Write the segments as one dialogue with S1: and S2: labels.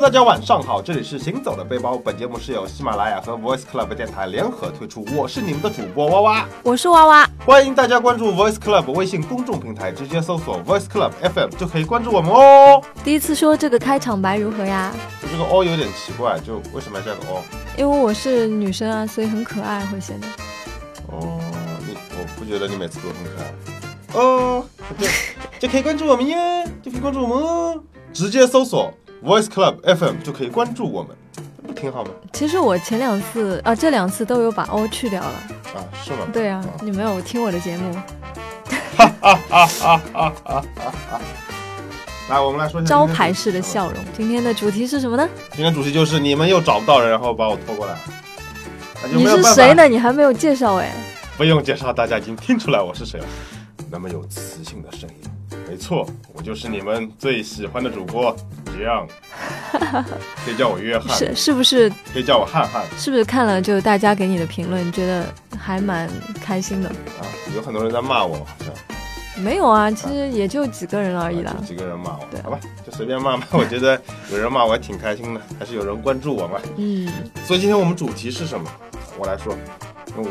S1: 大家晚上好，这里是行走的背包，本节目是由喜马拉雅和 Voice Club 电台联合推出，我是你们的主播哇哇，
S2: 我是娃娃，
S1: 欢迎大家关注 Voice Club 微信公众平台，直接搜索 Voice Club FM 就可以关注我们哦。
S2: 第一次说这个开场白如何呀？
S1: 就这个哦有点奇怪，就为什么要加个哦？
S2: 因为我是女生啊，所以很可爱，会显得
S1: 哦，你我不觉得你每次都很可爱。哦，对， 就可以关注我们耶，就可以关注我们哦。直接搜索 Voice Club FM 就可以关注我们，不挺好吗？
S2: 其实我前两次啊，这两次都有把 O 去掉了。
S1: 啊，是吗？
S2: 对啊，你没有听我的节目。
S1: 嗯来，我们来说一下
S2: 招
S1: 今天的
S2: 牌
S1: 主题
S2: 式的
S1: 好吧
S2: 笑容。今天的主题是什么呢？
S1: 今天主题就是你们又找不到人，然后把我拖过来。那就
S2: 你
S1: 没有
S2: 是
S1: 办法
S2: 谁？呢？你还没有介绍哎。
S1: 不用介绍，大家已经听出来我是谁了。那么有磁性的声音，没错，我就是你们最喜欢的主播，这样，可以叫我约翰，
S2: 是是不是
S1: 可以叫我汉汉
S2: 是不是看了就大家给你的评论，觉得还蛮开心的？
S1: 啊。有很多人在骂我，好像
S2: 没有啊，其实也就几个人而已
S1: 啊
S2: 啦
S1: 就。几个人骂我
S2: 对，
S1: 好吧，就随便骂骂。我觉得有人骂我还挺开心的，还是有人关注我嘛。
S2: 嗯，
S1: 所以今天我们主题是什么？我来说，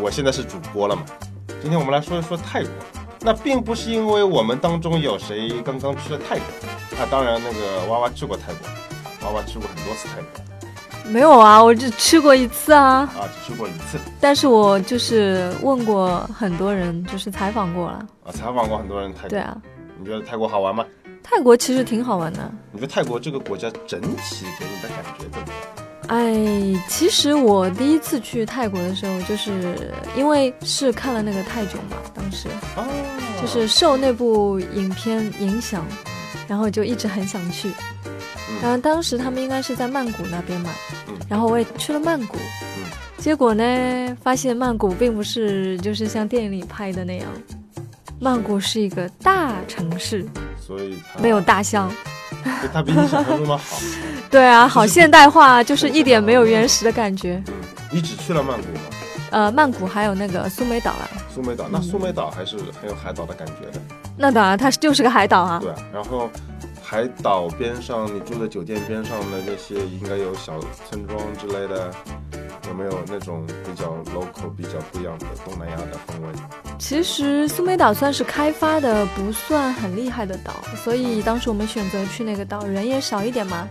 S1: 我现在是主播了嘛。今天我们来说一说泰国。那并不是因为我们当中有谁刚刚去了泰国，啊，当然那个娃娃去过泰国，娃娃去过很多次泰国
S2: 没有啊，我只去过一次啊。
S1: 啊，只去过一次
S2: 但是我就是问过很多人，就是采访过了。
S1: 啊，采访过很多人泰国。
S2: 对啊，
S1: 你觉得泰国好玩吗？
S2: 泰国其实挺好玩的。
S1: 你觉得泰国这个国家整体给你的感觉怎么样？
S2: 哎，其实我第一次去泰国的时候，就是因为是看了那个泰囧嘛，当时
S1: 哦，
S2: 啊就是受那部影片影响，然后就一直很想去。然后当时他们应该是在曼谷那边嘛
S1: 嗯，
S2: 然后我也去了曼谷
S1: 嗯。
S2: 结果呢，发现曼谷并不是就是像电影里拍的那样，曼谷是一个大城市，
S1: 所以它
S2: 没有，大象。
S1: 它比你想象中的 好。
S2: 对啊，好现代化，就是一点没有原始的感觉。
S1: 嗯，你只去了曼谷吗？
S2: 呃，曼谷还有那个苏梅岛啊啦，
S1: 苏梅岛，那苏梅岛还是很有海岛的感觉的。
S2: 那当然它是就是个海岛啊。
S1: 对啊，然后海岛边上，你住的酒店边上的那些应该有小村庄之类的，有没有那种比较 local、比较不一样的东南亚的风味？
S2: 其实苏梅岛算是开发的不算很厉害的岛，所以当时我们选择去那个岛，人也少一点嘛，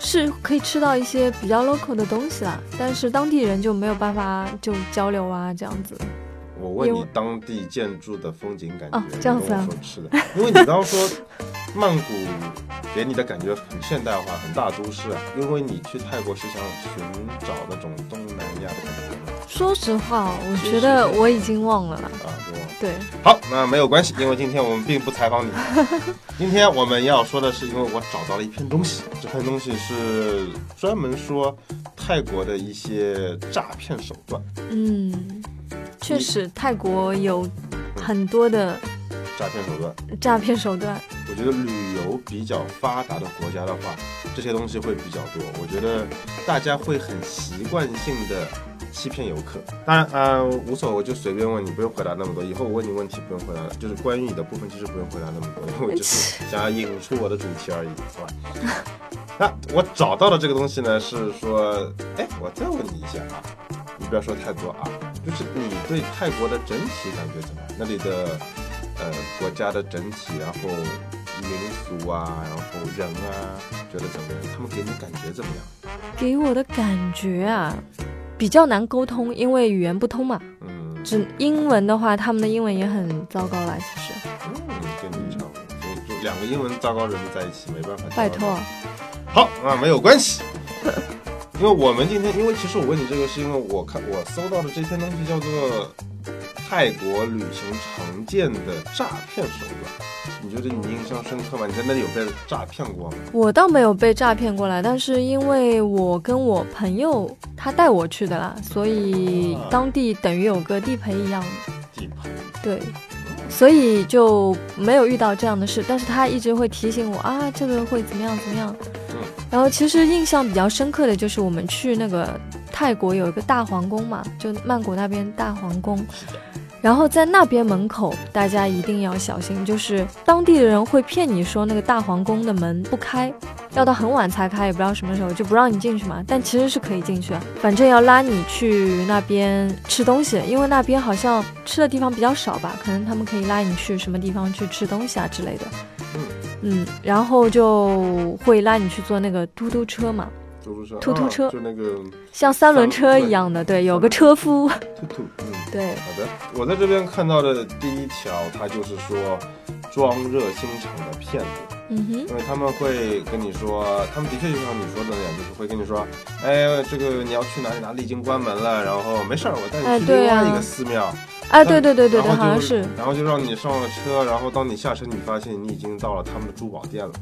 S2: 是可以吃到一些比较 local 的东西啦。但是当地人就没有办法就交流啊这样子。
S1: 我问
S2: 因
S1: 你
S2: 为
S1: 当地建筑的风景感觉，
S2: 哦
S1: 你
S2: 这样子
S1: 跟我
S2: 啊
S1: 说吃的，因为你刚刚说曼谷给你的感觉很现代化、很大都市啊，因为你去泰国是想寻找那种东南亚的感觉吗
S2: 说实话，我觉得我已经忘了啦。
S1: 啊，对吧？
S2: 对，
S1: 好，那没有关系，因为今天我们并不采访你。 今天我们要说的是，因为我找到了一篇东西，这篇东西是专门说泰国的一些诈骗手段，
S2: 嗯，确实泰国有很多的
S1: 诈骗手段。
S2: 诈骗手段。
S1: 我觉得旅游比较发达的国家的话，这些东西会比较多。我觉得大家会很习惯性的欺骗游客。当然，呃，无所谓，我就随便问你，不用回答那么多。以后我问你问题不用回答了，就是关于你的部分，其实不用回答那么多，因为我就是想要引出我的主题而已，是吧？ 那我找到的这个东西呢，是说，哎，我再问你一下啊，你不要说太多啊，就是你对泰国的整体感觉怎么样？那里的呃国家的整体，然后民俗啊，然后人啊，觉得怎么样？他们给你感觉怎么样？
S2: 给我的感觉啊，比较难沟通，因为语言不通嘛。
S1: 嗯，
S2: 只英文的话，他们的英文也很糟糕啦。其实，
S1: 嗯，跟你差不多，所以就两个英文糟糕人在一起，没办法。
S2: 拜托，，
S1: 好，那没有关系。因为我们今天，因为其实我问你这个，是因为我看我搜到的这篇东西叫做泰国旅行常见的诈骗手段，你觉得你印象深刻吗？你在那里有被诈骗过吗？
S2: 我倒没有被诈骗过来，但是因为我跟我朋友他带我去的啦，所以
S1: 啊
S2: 当地等于有个地陪一样，
S1: 地盘，
S2: 对，所以就没有遇到这样的事。但是他一直会提醒我啊，这个会怎么样怎么样。
S1: 嗯
S2: 然后其实印象比较深刻的就是我们去那个泰国有一个大皇宫嘛，就曼谷那边大皇宫，
S1: 是的，
S2: 然后在那边门口，大家一定要小心，就是当地的人会骗你说那个大皇宫的门不开，要到很晚才开，也不知道什么时候就不让你进去嘛。但其实是可以进去的，反正要拉你去那边吃东西，因为那边好像吃的地方比较少吧，可能他们可以拉你去什么地方去吃东西啊之类的。嗯，然后就会拉你去坐那个嘟嘟车嘛，
S1: 出租车，
S2: 突突
S1: 啊
S2: 车
S1: 就那个
S2: 像三轮车一样的，对，有个车夫，
S1: 突突，嗯，
S2: 对，
S1: 好的，我在这边看到的第一条，它就是说装热心肠的骗子，
S2: 嗯哼，
S1: 因为他们会跟你说，他们的确就像你说的那样，就是会跟你说，哎，这个你要去哪里哪里已经关门了，然后没事儿，我带
S2: 哎
S1: 你去
S2: 对
S1: 另外一
S2: 啊
S1: 个寺庙，
S2: 哎，对对对对对，
S1: 然后就
S2: 好像是，
S1: 然后就让你上了车，然后当你下车，你发现你已经到了他们的珠宝店了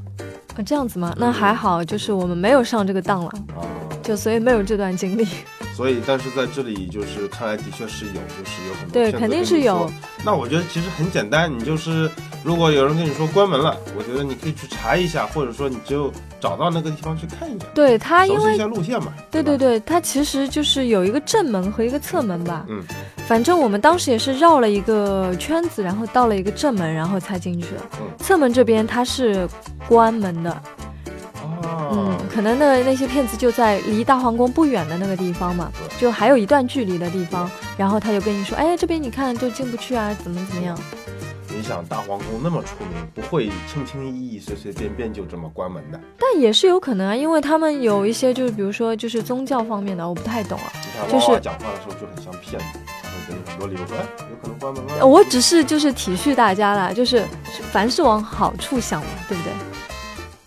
S2: 哦这样子吗？那还好，就是我们没有上这个当了，
S1: 啊。
S2: 就所以没有这段 经历，
S1: 所以，但是在这里就是看来的确是有，就是有很多
S2: 对，
S1: 骗子
S2: 肯定
S1: 跟
S2: 是
S1: 你说
S2: 有，
S1: 那我觉得其实很简单，你就是如果有人跟你说关门了，我觉得你可以去查一下，或者说你就找到那个地方去看一眼，
S2: 对他啊因
S1: 熟悉一
S2: 为。
S1: 下路线嘛。
S2: 对对
S1: 对吧，
S2: 对，它其实就是有一个正门和一个侧门吧。
S1: 嗯，
S2: 反正我们当时也是绕了一个圈子，然后到了一个正门，然后才进去的。
S1: 嗯
S2: 侧门这边它是关门的，嗯
S1: 啊，，
S2: 可能那那些骗子就在离大皇宫不远的那个地方嘛，
S1: 对
S2: 就还有一段距离的地方，然后他就跟你说，哎，这边你看就进不去啊，怎么怎么样？
S1: 你想大皇宫那么出名，不会轻轻易易、随随便便就这么关门的。
S2: 但也是有可能啊，因为他们有一些就是比如说就是宗教方面的，我不太懂啊，
S1: 你看
S2: 就是
S1: 娃娃讲话的时候就很像骗子，他会给你很多理由说，哎，有可能关门了。
S2: 呃我只是就是体恤大家啦，就是凡事往好处想嘛，对不对？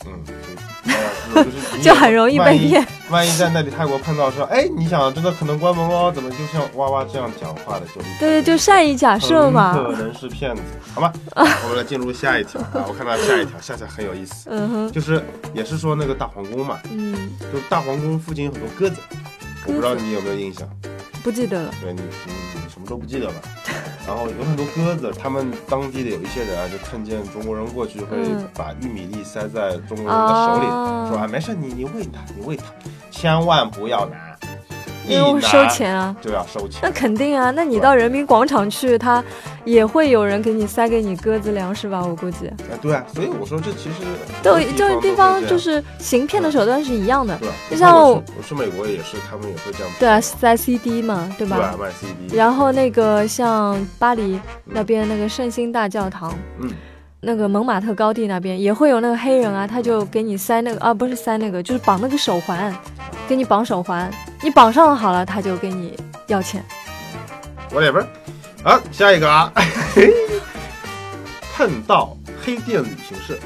S1: 嗯，对娃娃就是 你
S2: 就很容易被
S1: 万
S2: 骗。
S1: 一。万一在那里泰国碰到说，哎，你想真的可能关门了，怎么就像娃娃这样讲话的就立刻
S2: 对对，就善意假设嘛
S1: 很，可能是骗子，好吧？我们来进入下一条啊，我看到下一条，下一条很有意思，
S2: 嗯哼，
S1: 就是也是说那个大皇宫嘛，
S2: 嗯，
S1: 就大皇宫附近有很多鸽子，我不知道你有没有印象，
S2: 不记得了，
S1: 对你你你什么都不记得吧？然后有很多鸽子，他们当地的有一些人啊，就看见中国人过去会
S2: 嗯
S1: 把玉米粒塞在中国人的手里，
S2: 啊
S1: 说啊没事，你你喂它，你喂它，千万不要拿，一
S2: 因为我
S1: 拿
S2: 收钱啊。
S1: 就要收钱
S2: 那。肯定啊，那你
S1: 对
S2: 到人民广场去，他也会有人给你塞给你鸽子粮食吧？我估计，
S1: 哎，对啊，所以我说这其实
S2: 都
S1: 很
S2: 这
S1: 多
S2: 个地
S1: 都
S2: 方
S1: 会这
S2: 就
S1: 样嗯
S2: 是行骗的手段是一样的，
S1: 对吧？
S2: 就像
S1: 我
S2: 我
S1: 去我去美国也是，他们也会这样
S2: 对啊，塞 CD 嘛，对
S1: 对
S2: 吧？
S1: 啊卖 CD，
S2: 然后那个像巴黎那边那个圣心大教堂，
S1: 嗯，
S2: 那个蒙马特高地那边也会有那个黑人啊，他就给你塞那个啊，不是塞那个，就是绑那个手环，给你绑手环，你绑上了好了，他就给你要钱。
S1: whatever。啊，下一个啊， 碰到黑店旅行社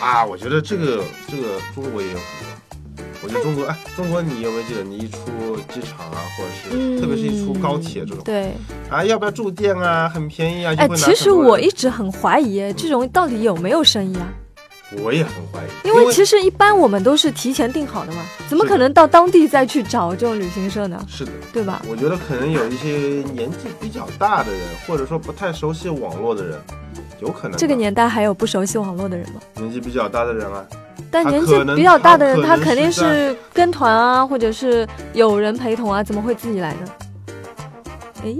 S1: 啊，我觉得这个这个中国也有很多。我觉得中国哎，中国你有没有记得，你一出机场啊，或者是、
S2: 嗯，
S1: 特别是一出高铁这种
S2: 对，
S1: 啊，要不要住店啊，很便宜啊，就
S2: 哎，
S1: 会拿
S2: 其实
S1: 很多
S2: 我
S1: 人
S2: 一直很怀疑这种到底有没有生意啊？
S1: 我也很怀疑，
S2: 因为其实一般我们都是提前订好的嘛，怎么
S1: 是
S2: 可能到当地再去找这种旅行社呢？
S1: 是的。
S2: 对吧？
S1: 我觉得可能有一些年纪比较大的人，或者说不太熟悉网络的人，有可能吧
S2: 这个年代还有不熟悉网络的人吗？
S1: 年纪比较大的人啊，
S2: 但
S1: 他
S2: 年纪
S1: 可能
S2: 比较大的人，
S1: 他可
S2: 他
S1: 能
S2: 肯定
S1: 是在
S2: 是跟团啊，或者是有人陪同啊，怎么会自己来呢？哎，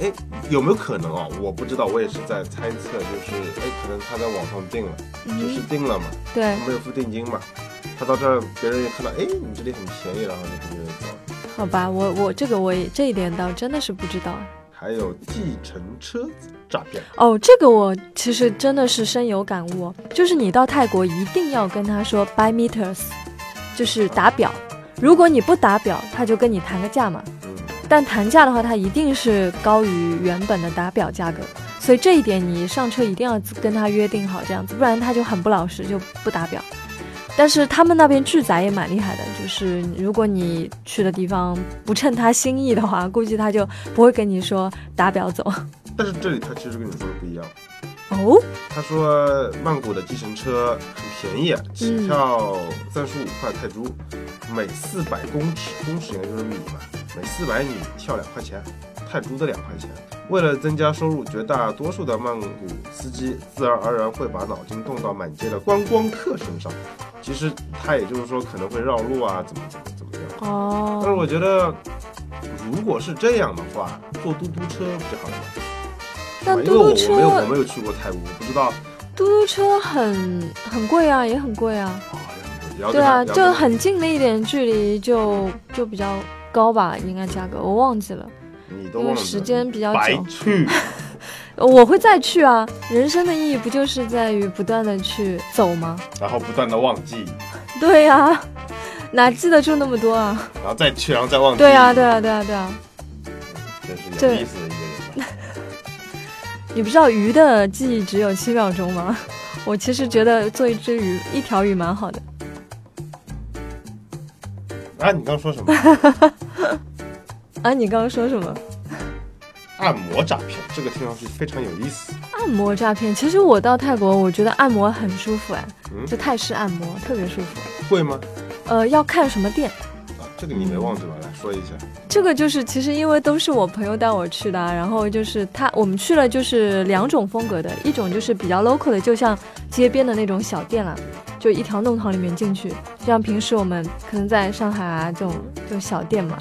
S1: 哎，有没有可能啊？我不知道，我也是在猜测，就是哎，可能他在网上订了，只是
S2: 嗯，
S1: 订了嘛，
S2: 对，
S1: 没有付定金嘛。他到这儿，别人也看到，哎，你这里很便宜，然后就跟着走。
S2: 好吧，我我这个我也这一点倒真的是不知道
S1: 还有计程车诈骗，
S2: 哦，这个我其实真的是深有感悟哦，就是你到泰国一定要跟他说 by meters，就是打表，如果你不打表，他就跟你谈个价嘛，
S1: 嗯，
S2: 但谈价的话，它一定是高于原本的打表价格，所以这一点你上车一定要跟他约定好，这样子，不然他就很不老实，就不打表。但是他们那边拒载也蛮厉害的，就是如果你去的地方不称他心意的话，估计他就不会跟你说打表走。
S1: 但是这里他其实跟你说的不一样。
S2: 哦，
S1: 他说曼谷的计程车很便宜，啊
S2: 嗯
S1: 起跳三十五块泰铢，每四百公尺，公尺应该就是米吧，每四百米跳两块钱，泰铢的两块钱。为了增加收入，绝大多数的曼谷司机自然而然会把脑筋动到满街的观光客身上。其实他也就是说可能会绕路啊，怎么怎么怎么样。但是
S2: 哦，
S1: 我觉得，如果是这样的话，坐嘟嘟车不就好了吗？
S2: 但
S1: 嘛因为
S2: 嘟
S1: 我
S2: 嘟
S1: 我没有我
S2: 车，
S1: 没有去过泰国，我不知道。
S2: 嘟嘟车很很贵啊，也很贵啊。
S1: 哦也要
S2: 对
S1: 跟他
S2: 啊，
S1: 也要
S2: 就
S1: 跟他
S2: 很近的一点距离就就比较高吧，应该价格我忘记了，
S1: 你都
S2: 因为
S1: 忘了
S2: 时间比较
S1: 白
S2: 久。呃
S1: 去，
S2: 我会再去啊，人生的意义不就是在于不断的去走吗？
S1: 然后不断的忘记，
S2: 对呀、哪记得住那么多啊？
S1: 然后再去，然后再忘记。
S2: 对呀、对呀、啊对呀、对呀、
S1: 真是有
S2: 对
S1: 意思的一个人吧。
S2: 你不知道鱼的记忆只有七秒钟吗？ 我其实觉得做一只鱼，一条鱼蛮好的。
S1: 啊，你刚说 什么？
S2: 啊，你刚刚说什么？
S1: 按摩诈骗，这个听上去非常有意思。
S2: 按摩诈骗？其实我到泰国，我觉得按摩很舒服哎，
S1: 嗯
S2: 就泰式按摩特别舒服。
S1: 贵吗？
S2: 呃，要看什么店。
S1: 啊，这个你没忘记吧？来说一下。
S2: 这个就是，其实因为都是我朋友带我去的啊，然后就是他我们去了就是两种风格的，一种就是比较 local 的，就像街边的那种小店啦、就一条弄堂里面进去，就像平时我们可能在上海啊这种就小店嘛，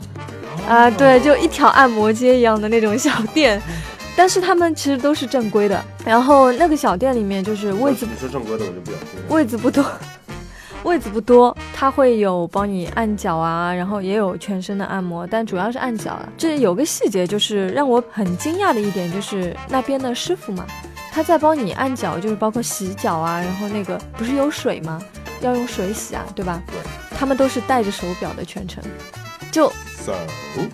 S2: 啊
S1: 嗯
S2: 对，就一条按摩街一样的那种小店，但是他们其实都是正规的，然后那个小店里面就是位置
S1: 你说正规的我就不想听了。
S2: 位子不多， 位子不多，它会有帮你按脚啊，然后也有全身的按摩，但主要是按脚了。这有个细节就是让我很惊讶的一点，就是那边的师傅嘛，他在帮你按脚，就是包括洗脚啊，然后那个不是有水吗？要用水洗啊，对吧？
S1: 对
S2: 他们都是戴着手表的全程，就
S1: So，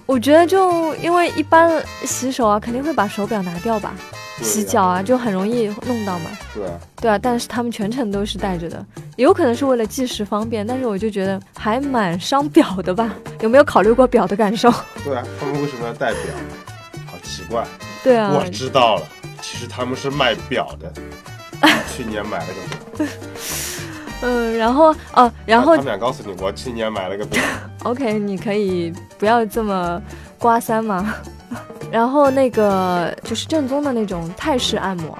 S2: 我觉得就因为一般洗手啊，肯定会把手表拿掉吧，
S1: 对
S2: 洗
S1: 呀
S2: 脚啊就很容易弄到嘛。
S1: 对啊，
S2: 对啊，但是他们全程都是戴着的，也有可能是为了计时方便，但是我就觉得还蛮伤表的吧。有没有考虑过表的感受？
S1: 对啊，他们为什么要戴表？好奇怪。
S2: 对啊，
S1: 我知道了，其实他们是卖表的。去年买了个表，
S2: 嗯，然后呃，然后
S1: 他们俩告诉你，我去年买了个表，
S2: OK，你可以不要这么刮痧嘛。 然后那个就是正宗的那种泰式按摩，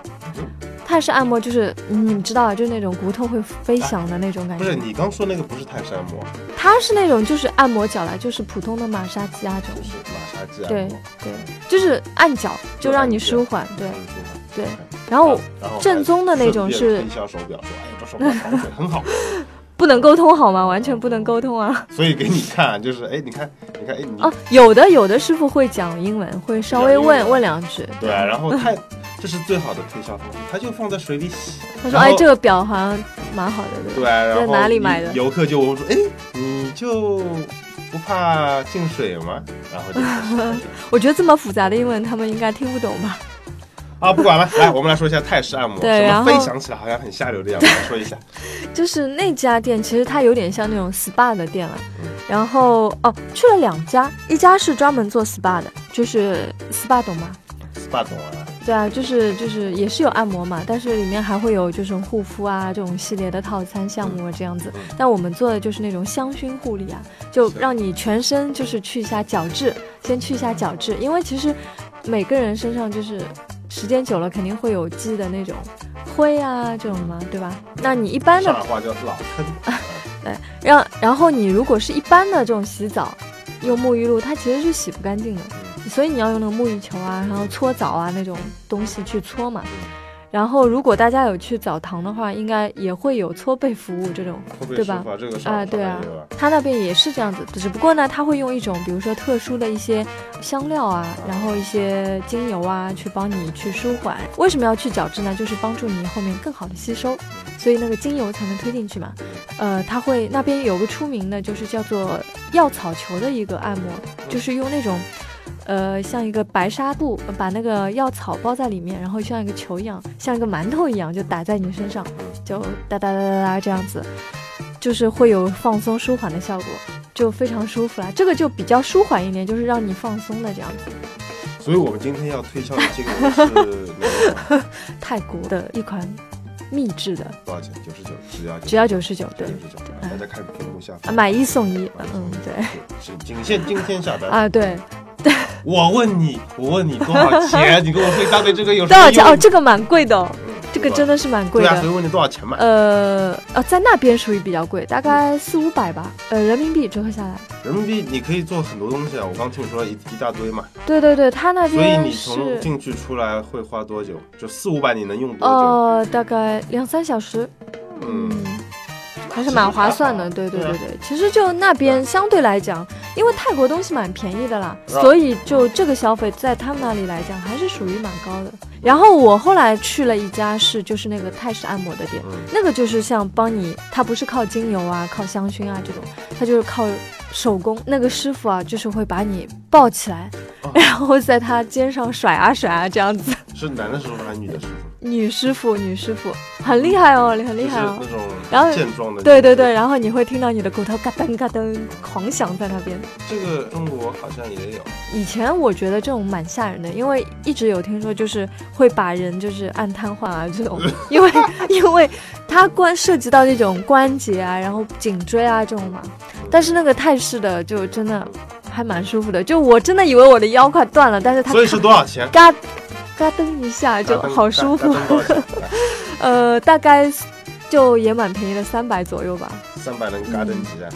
S2: 泰式按摩就是嗯你们知道啊，就是那种骨头会飞翔的那种感
S1: 不
S2: 觉。
S1: 是你刚说那个不是泰山摩，
S2: 它是那种就是按摩脚啦，就是普通的马杀鸡啊这
S1: 就
S2: 种，
S1: 是马杀鸡按
S2: 对
S1: 摩，
S2: 对，就是按脚就让你
S1: 就按
S2: 舒缓，对
S1: 嗯是吧
S2: 对。然后
S1: 然后
S2: 正宗的那种
S1: 还顺便
S2: 是
S1: 推销手表，说哎呀这手表好贵，很好，
S2: 不能沟通
S1: 嗯
S2: 好吗？完全不能沟通啊！
S1: 所以给你看就是哎你看你看哎你
S2: 啊，有的有的师傅会讲英文，会稍
S1: 讲
S2: 微
S1: 英
S2: 问
S1: 文
S2: 问两句。
S1: 对，啊然后泰这是最好的推销方式，他就放在水里洗。
S2: 他说：“
S1: 然后
S2: 哎，这个表好像蛮好的，对
S1: 对，
S2: 吧？
S1: 然后
S2: 在哪里买的
S1: 游客就问说：“哎，你就不怕进水吗？”然后就开 始开始
S2: 我觉得这么复杂的英文，他们应该听不懂吧？
S1: 啊，不管了，来，我们来说一下泰式按摩，
S2: 对
S1: 什
S2: 然
S1: 么
S2: 后
S1: 飞翔起来好像很下流的样子，来说一下。
S2: 就是那家店，其实它有点像那种 SPA 的店了
S1: 嗯。
S2: 然后哦，去了两家，一家是专门做 SPA 的，就是 SPA 懂吗？
S1: SPA 懂了，
S2: 对啊，就是就是也是有按摩嘛，但是里面还会有就是护肤啊这种系列的套餐项目啊这样子。
S1: 嗯
S2: 但我们做的就是那种香薰护理啊，就是让你全身就是去一下角质，先去一下角质，因为其实每个人身上就是时间久了肯定会有积的那种灰啊这种嘛，对吧？那你一般
S1: 上
S2: 的
S1: 海话叫老坑。
S2: 让，然后你如果是一般的这种洗澡，用沐浴露，它其实是洗不干净的，所以你要用那个沐浴球啊，然后搓澡啊那种东西去搓嘛。然后如果大家有去澡堂的话，应该也会有搓背服务这种，
S1: 会不会
S2: 对
S1: 说
S2: 吧
S1: 法这个上
S2: 啊，
S1: 海
S2: 对啊
S1: 也有啊，
S2: 他那边也是这样子，只不过呢，他会用一种比如说特殊的一些香料啊，然后一些精油啊，去帮你去舒缓。为什么要去角质呢？就是帮助你后面更好的吸收，所以那个精油才能推进去嘛。呃，他会那边有个出名的，就是叫做药草球的一个按摩，就是用那种。呃，像一个白纱布呃把那个药草包在里面，然后像一个球一样，像一个馒头一样，就打在你身上，就哒哒哒哒哒这样子。就是会有放松舒缓的效果，就非常舒服啊啦。这个就比较舒缓一点，就是让你放松的这样子。
S1: 所以我们今天要推销的精油 是哪个？
S2: 泰国的一款秘制的，
S1: 多少钱？九十九，只要
S2: 只要九十九，对
S1: 九，十九。啊大家看屏幕下
S2: 啊，
S1: 方。
S2: 买一送一，
S1: 买一送
S2: 嗯
S1: 一，
S2: 对，
S1: 是仅限今天下单。
S2: 啊，对，
S1: 我问你，我问你多少钱？你跟我说一大堆这个有什
S2: 多
S1: 么
S2: 少
S1: 用？
S2: 钱？哦，这个蛮贵的哦，
S1: 嗯
S2: 这个真的是蛮贵
S1: 对啊，所以
S2: 的。
S1: 问你多少钱嘛？
S2: 呃呃，在那边属于比较贵，大概四五百吧，呃，人民币折合下来。
S1: 人民币你可以做很多东西啊，我刚听你说了一一大堆嘛，
S2: 对对对，他那
S1: 所以
S2: 边
S1: 你从
S2: 是
S1: 进去出来会花多久？就四五百你能用多久？
S2: 呃，大概两三小时，
S1: 嗯，
S2: 还是蛮划算的。
S1: 其实
S2: 对
S1: 还好
S2: 对对对，其实就那边相对来讲，因为泰国东西蛮便宜的啦，
S1: 是吧
S2: 所以就这个消费在他们那里来讲还是属于蛮高的。然后我后来去了一家是就是那个泰式按摩的店，
S1: 嗯，
S2: 那个就是像帮你，它不是靠精油啊、靠香薰啊这种，它就是靠手工。那个师傅啊，就是会把你抱起来
S1: 哦，
S2: 然后在他肩上甩啊甩啊这样子。
S1: 是男的师傅还是女的师傅？
S2: 女师傅，女师傅很厉害哦，很厉害哦
S1: 就是。那种
S2: 然后
S1: 健壮的。
S2: 对对对，，然后你会听到你的骨头嘎噔嘎噔狂响在那边。
S1: 这个中国好像也有，
S2: 以前我觉得这种蛮吓人的，因为一直有听说就是会把人就是按瘫痪啊这 种，因为 因为它关涉及到这种关节啊，然后颈椎啊这种嘛。但是那个泰式的就真的还蛮舒服的，就我真的以为我的腰快断了，但是它
S1: 所以是多少钱？
S2: 嘎嘎噔一下就好舒服。呃，大概就也蛮便宜的，三百左右吧。
S1: 三百能嘎噔几啊？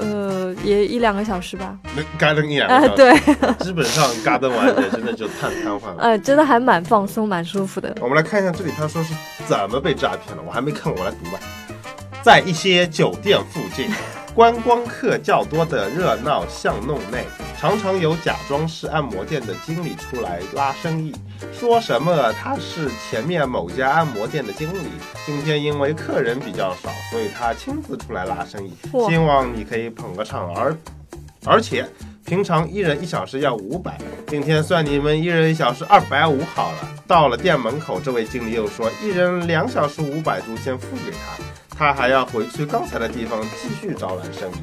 S2: 呃，也一两个小时吧。
S1: 能嘎噔一两
S2: 啊、
S1: 个小时。
S2: 对，
S1: 基本上嘎噔完也真的就瘫瘫痪了。
S2: 呃，真的还蛮放松，蛮舒服的。
S1: 我们来看一下这里他说是怎么被诈骗的，我还没看过，我来读吧。在一些酒店附近，观光客较多的热闹巷弄内，常常有假装是按摩店的经理出来拉生意，说什么他是前面某家按摩店的经理，今天因为客人比较少，所以他亲自出来拉生意，
S2: 哇
S1: 希望你可以捧个场，而而且平常一人一小时要五百，今天算你们一人一小时二百五好了。到了店门口，这位经理又说一人两小时五百铢先付给他，他还要回去刚才的地方继续招揽生意。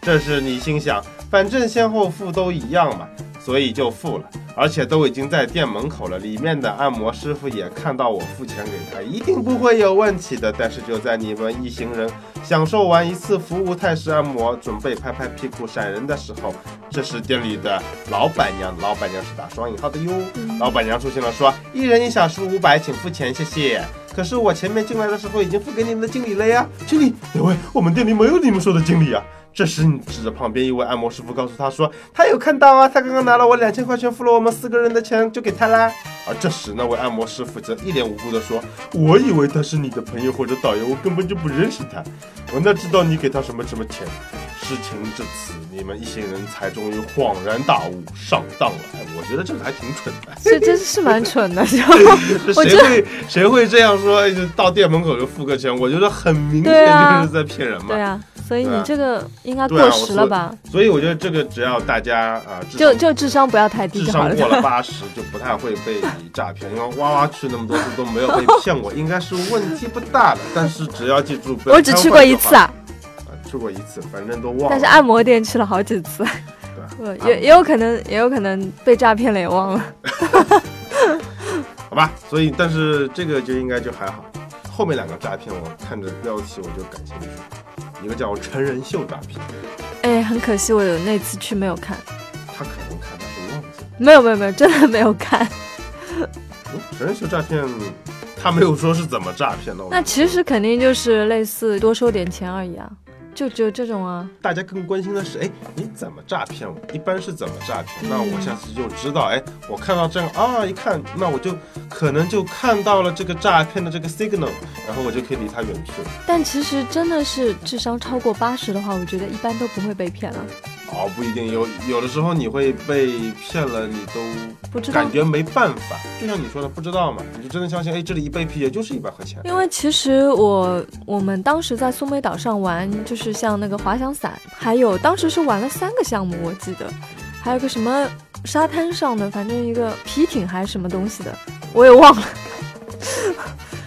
S1: 这时你心想，反正先后付都一样嘛，所以就付了。而且都已经在店门口了，里面的按摩师傅也看到我付钱给他，一定不会有问题的。但是就在你们一行人享受完一次服务泰式按摩，准备拍拍屁股闪人的时候，这时店里的老板娘，老板娘是打双引号的哟，老板娘出现了，说一人一小时五百，请付钱，谢谢。可是我前面进来的时候已经付给你们的经理了呀，经理，哪位？我们店里没有你们说的经理啊。这时，你指着旁边一位按摩师傅，告诉他说：“他有看到啊，他刚刚拿了我两千块钱，付了我们四个人的钱，就给他啦。”而这时，那位按摩师傅则一脸无辜地说：“我以为他是你的朋友或者导游，我根本就不认识他，我哪知道你给他什么什么钱。”事情至此，你们一行人才终于恍然大悟，上当了。哎，我觉得这个还挺蠢的。
S2: 这真是蛮蠢的，就
S1: 这
S2: 我
S1: 谁
S2: 觉
S1: 会谁会这样说？哎就到店门口就付个钱，我觉得很明显
S2: 对啊
S1: 就是在骗人嘛。
S2: 对啊。所以
S1: 对
S2: 你
S1: 啊
S2: 这个应该
S1: 对啊
S2: 过
S1: 我
S2: 时
S1: 说
S2: 了吧？
S1: 所以我觉得这个只要大家啊，至
S2: 就
S1: 少
S2: 就智商不要太低
S1: 智
S2: 就好
S1: 商
S2: 了。
S1: 过了八十，就不太会被诈骗。因为哇哇去那么多次都没有被骗过，应该是问题不大的。但是只要记住，不要
S2: 我只去
S1: 贪
S2: 过
S1: 坏
S2: 一
S1: 就好
S2: 次啊，
S1: 啊，去过一次，反正都忘
S2: 但是
S1: 了。
S2: 按摩店去了好几次，呃
S1: 啊对，啊
S2: 也也有可能也有可能被诈骗了，也忘了。
S1: 好吧，所以但是这个就应该就还好。后面两个诈骗，我看着标题我就感兴趣。一个叫成人秀诈骗，
S2: 哎，很可惜我有那次去没有看，
S1: 他可能看但是忘记了。
S2: 没有没有没有，真的没有看。
S1: 嗯成人秀诈骗，他没有说是怎么诈骗的。我
S2: 那其实肯定就是类似多收点钱而已啊，就只有这种啊。
S1: 大家更关心的是，哎，你怎么诈骗我？一般是怎么诈骗？
S2: 嗯
S1: 那我下次就知道，哎，我看到这样啊，一看，那我就可能就看到了这个诈骗的这个 signal，然后我就可以离他远去了。
S2: 但其实真的是智商超过八十的话，我觉得一般都不会被骗了。
S1: 哦，不一定，有有的时候你会被骗了，你都
S2: 不知道
S1: 感，觉没办法。就像你说的，不知道嘛，你就真的相信，哎，这里一杯啤也就是一百块 钱。
S2: 因为其实我我们当时在苏梅岛上玩，就是像那个滑翔伞，还有当时是玩了三个项目，我记得，还有个什么沙滩上的，反正一个皮艇还是什么东西的，我也忘了。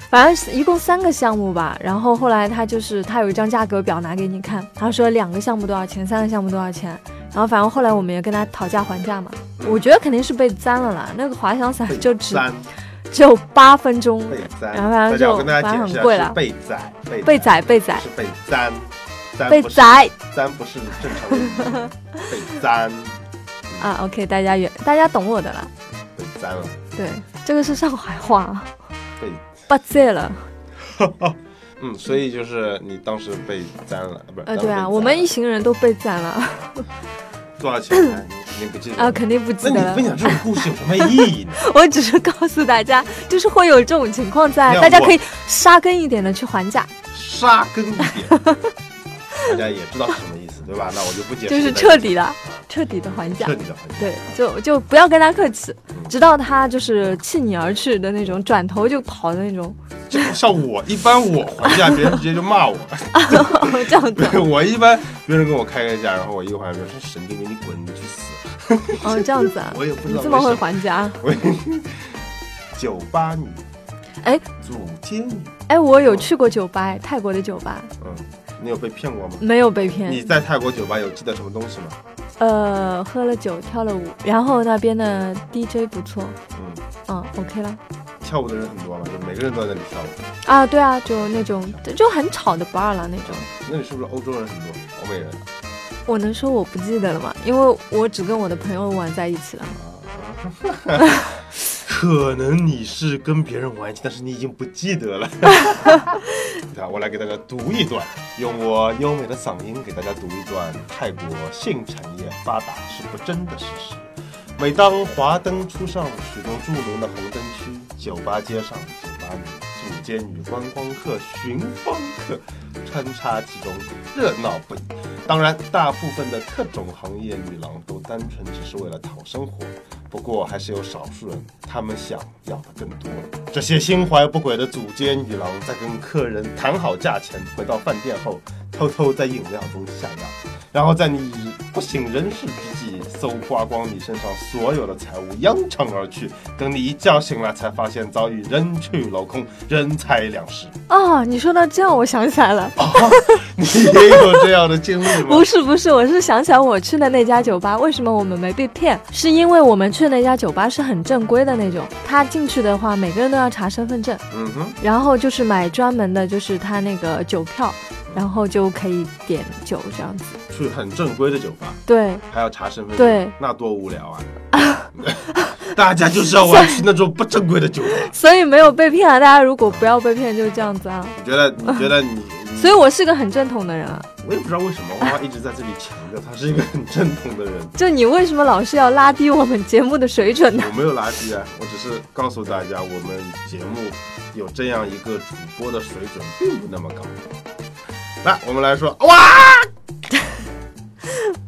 S2: 反正是一共三个项目吧，然后后来他就是他有一张价格表拿给你看，他说两个项目多少钱，三个项目多少钱，然后反正后来我们也跟他讨价还价嘛，我觉得肯定是被粘了啦，那个滑翔伞就只
S1: 三
S2: 只有八分钟，
S1: 被宰，
S2: 然后反
S1: 大
S2: 正
S1: 家
S2: 就
S1: 我跟大家
S2: 反正
S1: 解
S2: 很
S1: 释啊，
S2: 贵
S1: 是
S2: 了
S1: 被宰，被
S2: 被
S1: 宰
S2: 宰被宰
S1: 是被宰，宰
S2: 被
S1: 不是
S2: 宰
S1: 咱不是正常 人，被咱
S2: 啊！OK，大家原大家懂我的了。
S1: 被咱了，
S2: 对，这个是上海话啊，
S1: 被
S2: 八戒了。
S1: 嗯，所以就是你当时被粘了，不是？
S2: 呃，对
S1: 当时被
S2: 啊，
S1: 粘
S2: 我们一行人都被攒了
S1: 多少钱？你肯定不记得
S2: 啊，肯定不记
S1: 那
S2: 得
S1: 你分
S2: 了。
S1: 享这种故事有什么意义呢？
S2: 我只是告诉大家，就是会有这种情况在啊
S1: 没，有
S2: 大家
S1: 我
S2: 可以杀根一点的去还价，
S1: 杀根一点，大家也知道是什么意思，对吧？那我就不解释
S2: 就
S1: 了，
S2: 是彻底的、彻底的还价
S1: 彻。底的还价。
S2: 对，就就不要跟他客气，直到他就是弃你而去的那种，转头就跑的那种，
S1: 就像我一般，我还价，别人直接就骂我。
S2: 哦这样子，啊
S1: 对我一般，别人跟我开个价，然后我一个还价，别人说神经病，你滚，你去死！
S2: 哦，这样子啊，
S1: 我也不知
S2: 你
S1: 道
S2: 这么
S1: 为
S2: 会
S1: 什么。
S2: 还价？啊
S1: 酒吧女，
S2: 哎，
S1: 主街女，
S2: 哎，我有去过酒吧，哎泰国的酒吧，
S1: 嗯，你有被骗过吗？
S2: 没有被
S1: 你
S2: 骗。
S1: 在泰国酒吧有记得什么东西吗？
S2: 呃，喝了酒，跳了舞，然后那边的 DJ 不错，
S1: 嗯，
S2: 嗯，OK 了。
S1: 跳舞的人很多嘛，就每个人都在那里跳舞。
S2: 啊，对啊，就那种就很吵的 bar 了那种。
S1: 那里是不是欧洲人很多？欧美人
S2: 我能说我不记得了吗？因为我只跟我的朋友玩在一起了。
S1: 可能你是跟别人玩，但是你已经不记得了。那我来给大家读一段，用我优美的嗓音给大家读一段泰国性产业发达是不争的事实。每当华灯初上，许多著名的红灯区、酒吧街上，酒吧女、主街女、观光客、寻芳客穿插其中，热闹不已。当然，大部分的特种行业女郎都单纯只是为了讨生活，不过还是有少数人，他们想要的更多。这些心怀不轨的主街女郎，在跟客人谈好价钱，回到饭店后，偷偷在饮料中下药，然后在你不省人事之际，搜刮光你身上所有的财物，扬长而去。等你一觉醒来，才发现早已人去楼空，人财两失。
S2: 哦，你说到这样，我想起来了，
S1: 啊 你也有这样的经历吗
S2: 不？是不是，我是想起来我去的那家酒吧，为什么我们没被骗？是因为我们去的那家酒吧是很正规的那种，他进去的话，每个人都要查身份证，
S1: 嗯哼，
S2: 然后就是买专门的，就是他那个酒票，然后就可以点酒这样子。
S1: 去很正规的酒吧。
S2: 对，
S1: 还要查身份证，
S2: 对
S1: 那多无聊 啊！大家就是要玩去那种不正规的 酒吧。
S2: 所以没有被骗啊！大家如果不要被骗，就这样子啊。
S1: 你觉得？你觉得你？
S2: 所以我是个很正统的人啊。
S1: 我也不知道为什么花花一直在这里强调他是一个很正统的人。
S2: 就你为什么老是要拉低我们节目的水准呢？
S1: 我没有垃圾啊，我只是告诉大家，我们节目有这样一个主播的水准并不那么高。来，我们来说，哇！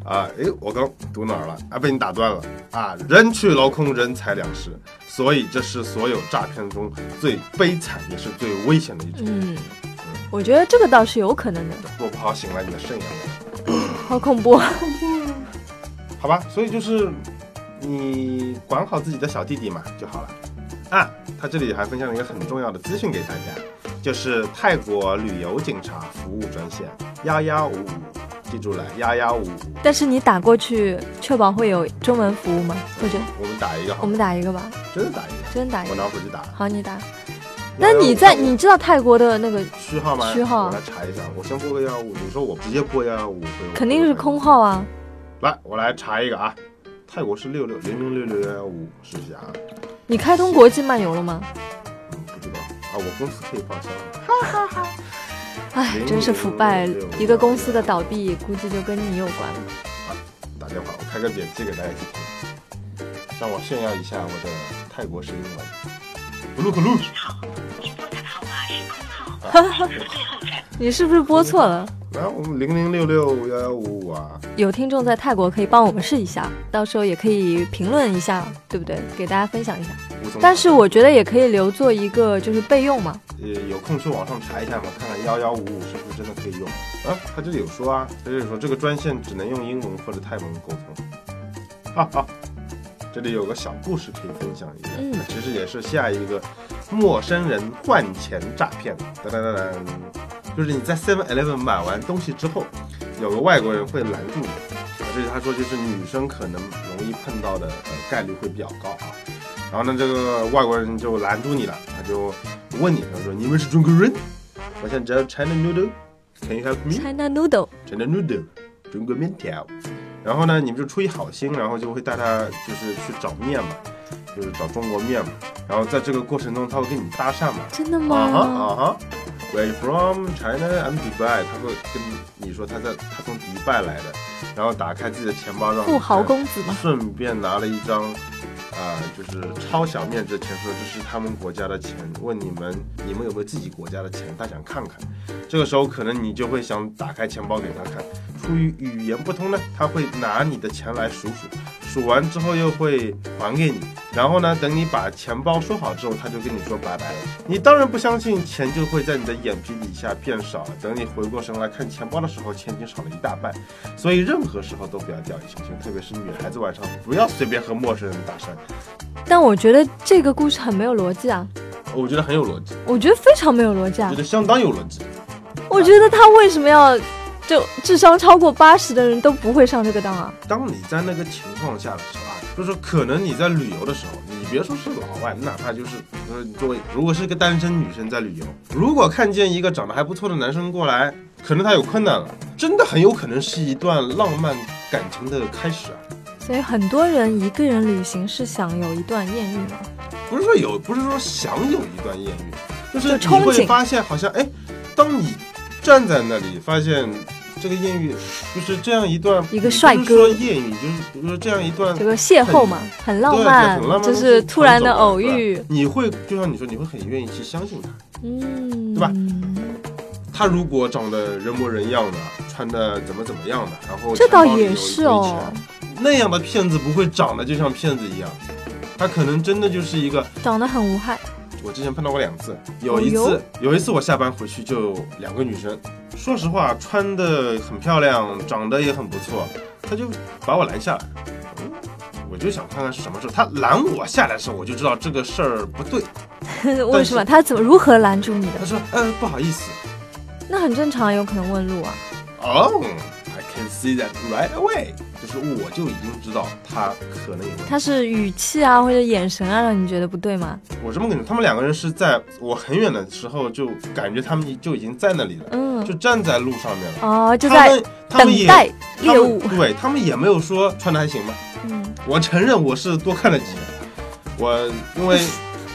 S1: 啊，诶，我刚读哪儿了？啊，被你打断了啊！人去楼空，人财两失，所以这是所有诈骗中最悲惨也是最危险的一种。
S2: 嗯，我觉得这个倒是有可能的，
S1: 做不好醒来你的肾阳痿。
S2: 好恐怖。
S1: 好吧，所以就是你管好自己的小弟弟嘛就好了。啊，他这里还分享了一个很重要的资讯给大家，就是泰国旅游警察服务专线幺幺五五，记住了幺幺五五，
S2: 但是你打过去，确保会有中文服务吗？或者
S1: 我们打一个好
S2: 我
S1: 吗，
S2: 们打一个吧，
S1: 真的打一个，
S2: 真打一
S1: 我
S2: 个。
S1: 拿回去打。
S2: 好，你打。那你在
S1: 115
S2: 你知道泰国的那个
S1: 区号吗？
S2: 区号
S1: 我来查一下，我先拨个幺幺五，你说我直接拨幺幺五，会有
S2: 肯定是空。号啊？
S1: 来，我来查一个啊，泰国是六六零零六六幺幺五，试一下啊，
S2: 你开通国际漫游了吗？
S1: 嗯，不知道啊，我公司可以报销。
S2: 唉，哎真是腐败，一个公司的倒闭估计就跟你有关了。
S1: 打电话，我开个扁机给大家一起听，让我炫耀一下我的泰国式英文。布鲁克鲁，
S2: 你是不是拨错了？
S1: 来，我们零零六六幺幺五五啊，
S2: 有听众在泰国可以帮我们试一下，到时候也可以评论一下，对不对？给大家分享一下。
S1: 吴总
S2: 但是我觉得也可以留作一个就是备用嘛。
S1: 呃有空去网上查一下嘛，看看幺幺五五是不是真的可以用啊？他这里有说啊，他这里说这个专线只能用英文或者泰文沟通。哈哈，这里有个小故事可以分享一下，
S2: 嗯
S1: 其实也是下一个陌生人换钱诈骗。噔噔噔噔，就是你在 Seven Eleven 买完东西之后，有个外国人会拦住你，啊，这是他说就是女生可能容易碰到的呃概率会比较高啊。然后呢，这个外国人就拦住你了，他就问你，他说你们是中国人？我想知道 China noodle，Can you help me？
S2: China Noodle，
S1: 成了 noodle，中国面条。然后呢，你们就出于好心，然后就会带他就是去找面嘛。就是找中国面嘛。然后在这个过程中，他会跟你搭讪嘛，
S2: 真的
S1: 啊哈
S2: 吗？
S1: 啊哈，Where you from China? I'm Dubai。他会跟你说他在他从迪拜来的，然后打开自己的钱包让你
S2: 富豪
S1: 看
S2: 公子嘛，
S1: 顺便拿了一张，啊、就是超小面值的钱，说这是他们国家的钱，问你们你们有没有自己国家的钱，他想看看。这个时候可能你就会想打开钱包给他看，出于语言不通呢，他会拿你的钱来数数，数完之后又会还给你，呃然后呢，等你把钱包收好之后，他就跟你说拜拜了。你当然不相信，钱就会在你的眼皮底下变少了。等你回过神来看钱包的时候，钱已经少了一大半。所以任何时候都不要掉以轻心，特别是女孩子晚上不要随便和陌生人搭讪。嗯
S2: 但我觉得这个故事很没有逻辑啊，
S1: 我觉得很有逻辑，
S2: 我觉得非常没有逻辑啊
S1: 觉，得相当有逻辑。
S2: 我觉得他为什么要就智商超过八十的人都不会上这个当啊？
S1: 当你在那个情况下的时候啊，就是说可能你在旅游的时候，你别说是老外，哪怕就是呃，作为如果是个单身女生在旅游，如果看见一个长得还不错的男生过来，可能他有困难了，真的很有可能是一段浪漫感情的开始啊。
S2: 所以很多人一个人旅行是想有一段艳遇嘛，
S1: 不是说有，不是说想有一段艳遇，就是
S2: 就
S1: 你
S2: 憧憬
S1: 会发现好像哎，当你站在那里，发现这个艳遇就是这样一段，
S2: 一个帅
S1: 不是说
S2: 哥
S1: 艳遇就是比如说这样一段
S2: 这个邂逅嘛，很浪
S1: 嗯对
S2: 漫
S1: 很浪漫，的
S2: 就
S1: 东
S2: 是
S1: 西
S2: 突然的
S1: 很走
S2: 偶遇
S1: 对，你会就像你说，你会很愿意去相信他。
S2: 嗯，
S1: 对吧？他如果长得人模人样的，穿的怎么怎么样的，然后钱
S2: 这
S1: 包
S2: 倒
S1: 里有
S2: 也
S1: 一
S2: 是
S1: 堆
S2: 哦
S1: 钱，那样的骗子不会长得就像骗子一样，他可能真的就是一个
S2: 长得很无害，
S1: 我之前碰到过两次，有
S2: 哦
S1: 一
S2: 哟
S1: 次，有一次我下班回去就两个女生，说实话穿的很漂亮，长得也很不错，她就把我拦下来，嗯我就想看看是什么事儿。她拦我下来的时候，我就知道这个事儿不对。
S2: 为什么？他怎么如何拦住你的
S1: 她？说，呃，不好意思，
S2: 那很正常，有可能问路啊。
S1: 哦、i can see that right away，就是我就已经知道她可能有问题。
S2: 他是语气啊或者眼神啊让你觉得不对吗？
S1: 我这么跟你说，他们两个人是在我很远的时候就感觉他们就已经在那里了，
S2: 嗯，
S1: 就站在路上面了。
S2: 哦，就
S1: 他
S2: 在
S1: 们他们
S2: 等
S1: 也
S2: 待
S1: 他
S2: 业
S1: 们
S2: 务。
S1: 对他们也没有说穿的还行吧。
S2: 嗯，
S1: 我承认我是多看了几眼，我因为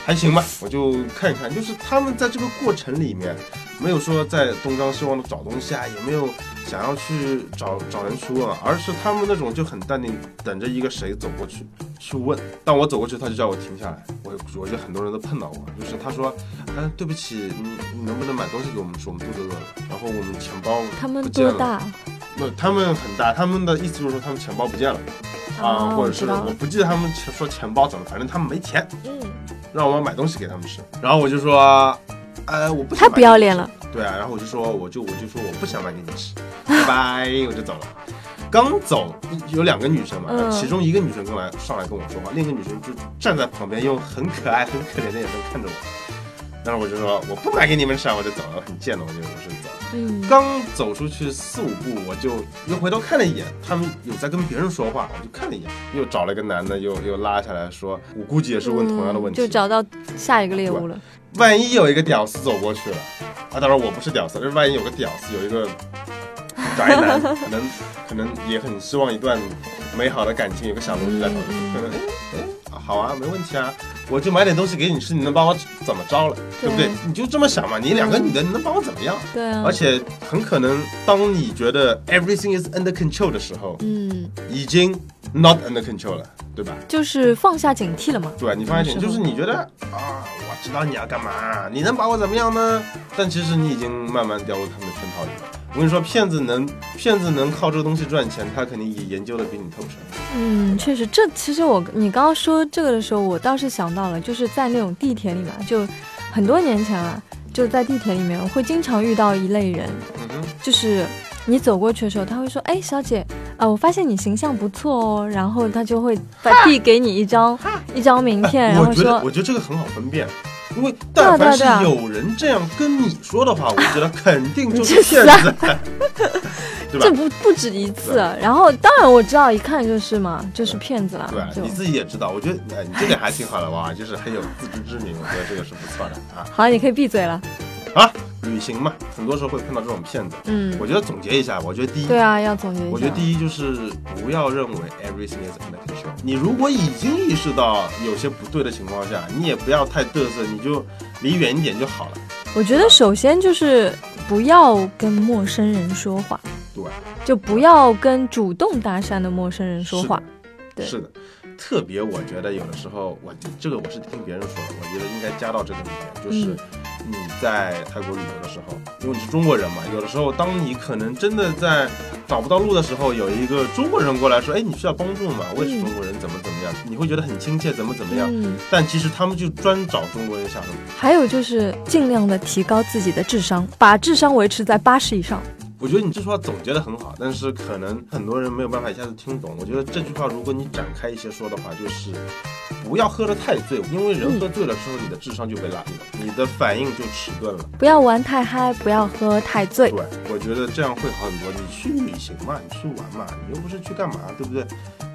S1: 还行吧，我就看一看。就是他们在这个过程里面，没有说在东张西望的找东西啊，也没有想要去找找人去问啊，而是他们那种就很淡定，等着一个谁走过去去问。当我走过去，他就叫我停下来。我我觉得很多人都碰到过，就是他说，嗯、对不起，你你能不能买东西给我们吃？我们肚子饿了。然后我们钱包
S2: 他
S1: 不
S2: 们
S1: 见
S2: 多
S1: 了啊
S2: 大？
S1: 不，他们很大，他们的意思就是说他们钱包不见了啊、
S2: 哦
S1: 或
S2: 我
S1: 者
S2: 知
S1: 是
S2: 道
S1: 我
S2: 了。
S1: 不记得他们钱说钱包怎么，反正他们没钱，
S2: 嗯，
S1: 让我买东西给他们吃。然后我就说，呃，我不想
S2: 太
S1: 买
S2: 不要脸了。
S1: 对啊，然后我就说，我就我就说我不想买给你吃， 拜拜，我就走了。刚走有两个女生嘛，
S2: 嗯
S1: 其中一个女生跟来上来跟我说话，另一个女生就站在旁边用很可爱、很可怜的眼神看着我。然后我就说我不买给你们吃啊，我就走了，很贱的，我就我说走了。
S2: 嗯，
S1: 刚走出去四五步，我就又回头看了一眼，他们有在跟别人说话，我就看了一眼，又找了一个男的，又又拉下来说，我估计也是问同样的问题，
S2: 嗯 就找到下一个猎物了。
S1: 万一有一个屌丝走过去了，啊，当然我不是屌丝，但是万一有个屌丝，有一个宅男，可能可能也很希望一段美好的感情，有个小东西在头上，可能哎哎好啊，没问题啊，我就买点东西给你吃，你能把我怎么着了，对不对
S2: 对？
S1: 你就这么想嘛，你两个
S2: 嗯
S1: 女的，你能把我怎么样？
S2: 对啊
S1: 而。且很可能，当你觉得 everything is under control 的时候，
S2: 嗯，
S1: 已经 not under control 了，对吧？
S2: 就是放下警惕了嘛。
S1: 对吧？你发现
S2: 是的
S1: 就是你觉得啊，我知道你要干嘛，你能把我怎么样呢？但其实你已经慢慢掉入他们的圈套里了。我跟你说，骗子能骗子能靠这个东西赚钱，他肯定也研究的比你透彻。
S2: 嗯，确实，这其实我你刚刚说这个的时候，我倒是想到了，就是在那种地铁里嘛，就很多年前啊，就在地铁里面会经常遇到一类人，
S1: 嗯哼，
S2: 就是你走过去的时候，他会说：“哎，小姐，啊，我发现你形象不错哦。”然后他就会把递给你一张一张名片，然
S1: 我
S2: 后
S1: 觉得
S2: 说
S1: 我觉得这个很好分辨。因为
S2: 对啊
S1: 但凡是
S2: 对啊对
S1: 有人这样跟你说的话，我觉得肯定就
S2: 你
S1: 是
S2: 去死
S1: 骗
S2: 啊
S1: 子，对吧
S2: 这不不止一次。啊然后当然我知道，一看就是嘛，就是骗子啦
S1: 对吧，
S2: 啊就
S1: 你自己也知道，我觉得哎，你这点还挺好的哇，就是很有自知之明，我觉得这个是不错的啊。
S2: 好，你可以闭嘴了。
S1: 啊，旅行嘛，很多时候会碰到这种骗子。
S2: 嗯
S1: 我，觉得总结一下，我觉得第一，
S2: 对啊，要总结一下。
S1: 我觉得第一就是不要认为 everything is under control。你如果已经意识到有些不对的情况下，你也不要太嘚瑟，你就离远一点就好了。
S2: 我觉得首先就是不要跟陌生人说话，
S1: 对，
S2: 就不要跟主动搭讪的陌生人说话。对
S1: 是的，特别我觉得有的时候，我这个我是听别人说的，我觉得应该加到这个里面，就是
S2: 嗯
S1: 你在泰国旅游的时候，因为你是中国人嘛，有的时候当你可能真的在找不到路的时候，有一个中国人过来说，哎，你需要帮助吗？我也是中国人，怎么怎么样，你会觉得很亲切，怎么怎么样。
S2: 嗯，
S1: 但其实他们就专找中国人下手，
S2: 还有就是尽量的提高自己的智商，把智商维持在八十以上。
S1: 我觉得你这句话总结的很好，但是可能很多人没有办法一下子听懂。我觉得这句话如果你展开一些说的话，就是不要喝得太醉，因为人
S2: 嗯
S1: 喝醉了之后，你的智商就被拉低了，你的反应就迟钝了。
S2: 不要玩太嗨，不要喝太醉
S1: 对。，我觉得这样会好很多。你去旅行嘛，你去玩嘛，你又不是去干嘛，对不对？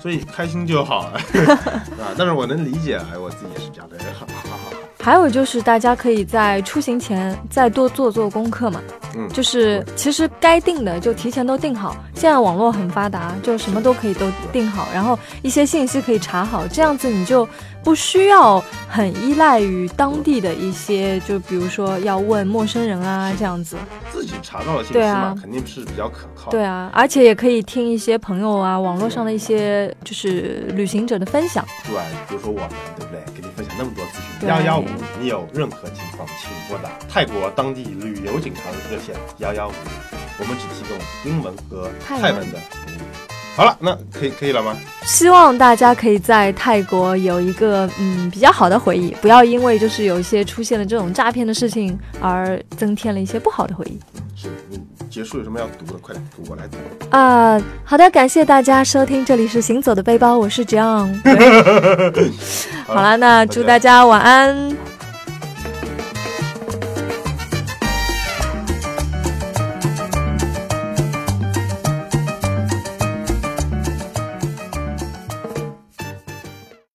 S1: 所以开心就 好 了啊。但是我能理解啊，我自己也是这样的人。好好好，
S2: 还有就是大家可以在出行前再多做做功课嘛，
S1: 嗯
S2: 就是其实该定的就提前都定好。现在网络很发达，就什么都可以都定好，然后一些信息可以查好，这样子你就不需要很依赖于当地的一些，就比如说要问陌生人啊这样子。
S1: 自己查到的信息
S2: 对
S1: 嘛，
S2: 啊
S1: 肯定是比较可靠的。
S2: 对啊，而且也可以听一些朋友啊，网络上的一些就是旅行者的分享。
S1: 对，比如说我们，对不对？给你分享那么多资讯，
S2: 对
S1: 幺幺五，你有任何情况，请拨打泰国当地旅游警察的热线幺幺五。我们只提供英文和泰文的服务。好了，那可以可以了吗？
S2: 希望大家可以在泰国有一个嗯比较好的回忆，不要因为就是有一些出现了这种诈骗的事情而增添了一些不好的回忆。
S1: 嗯是你结束有什么要读的？快点，我来读。
S2: 啊、好的，感谢大家收听，这里是 行走的背包，我是 John。好了，那祝大家晚安，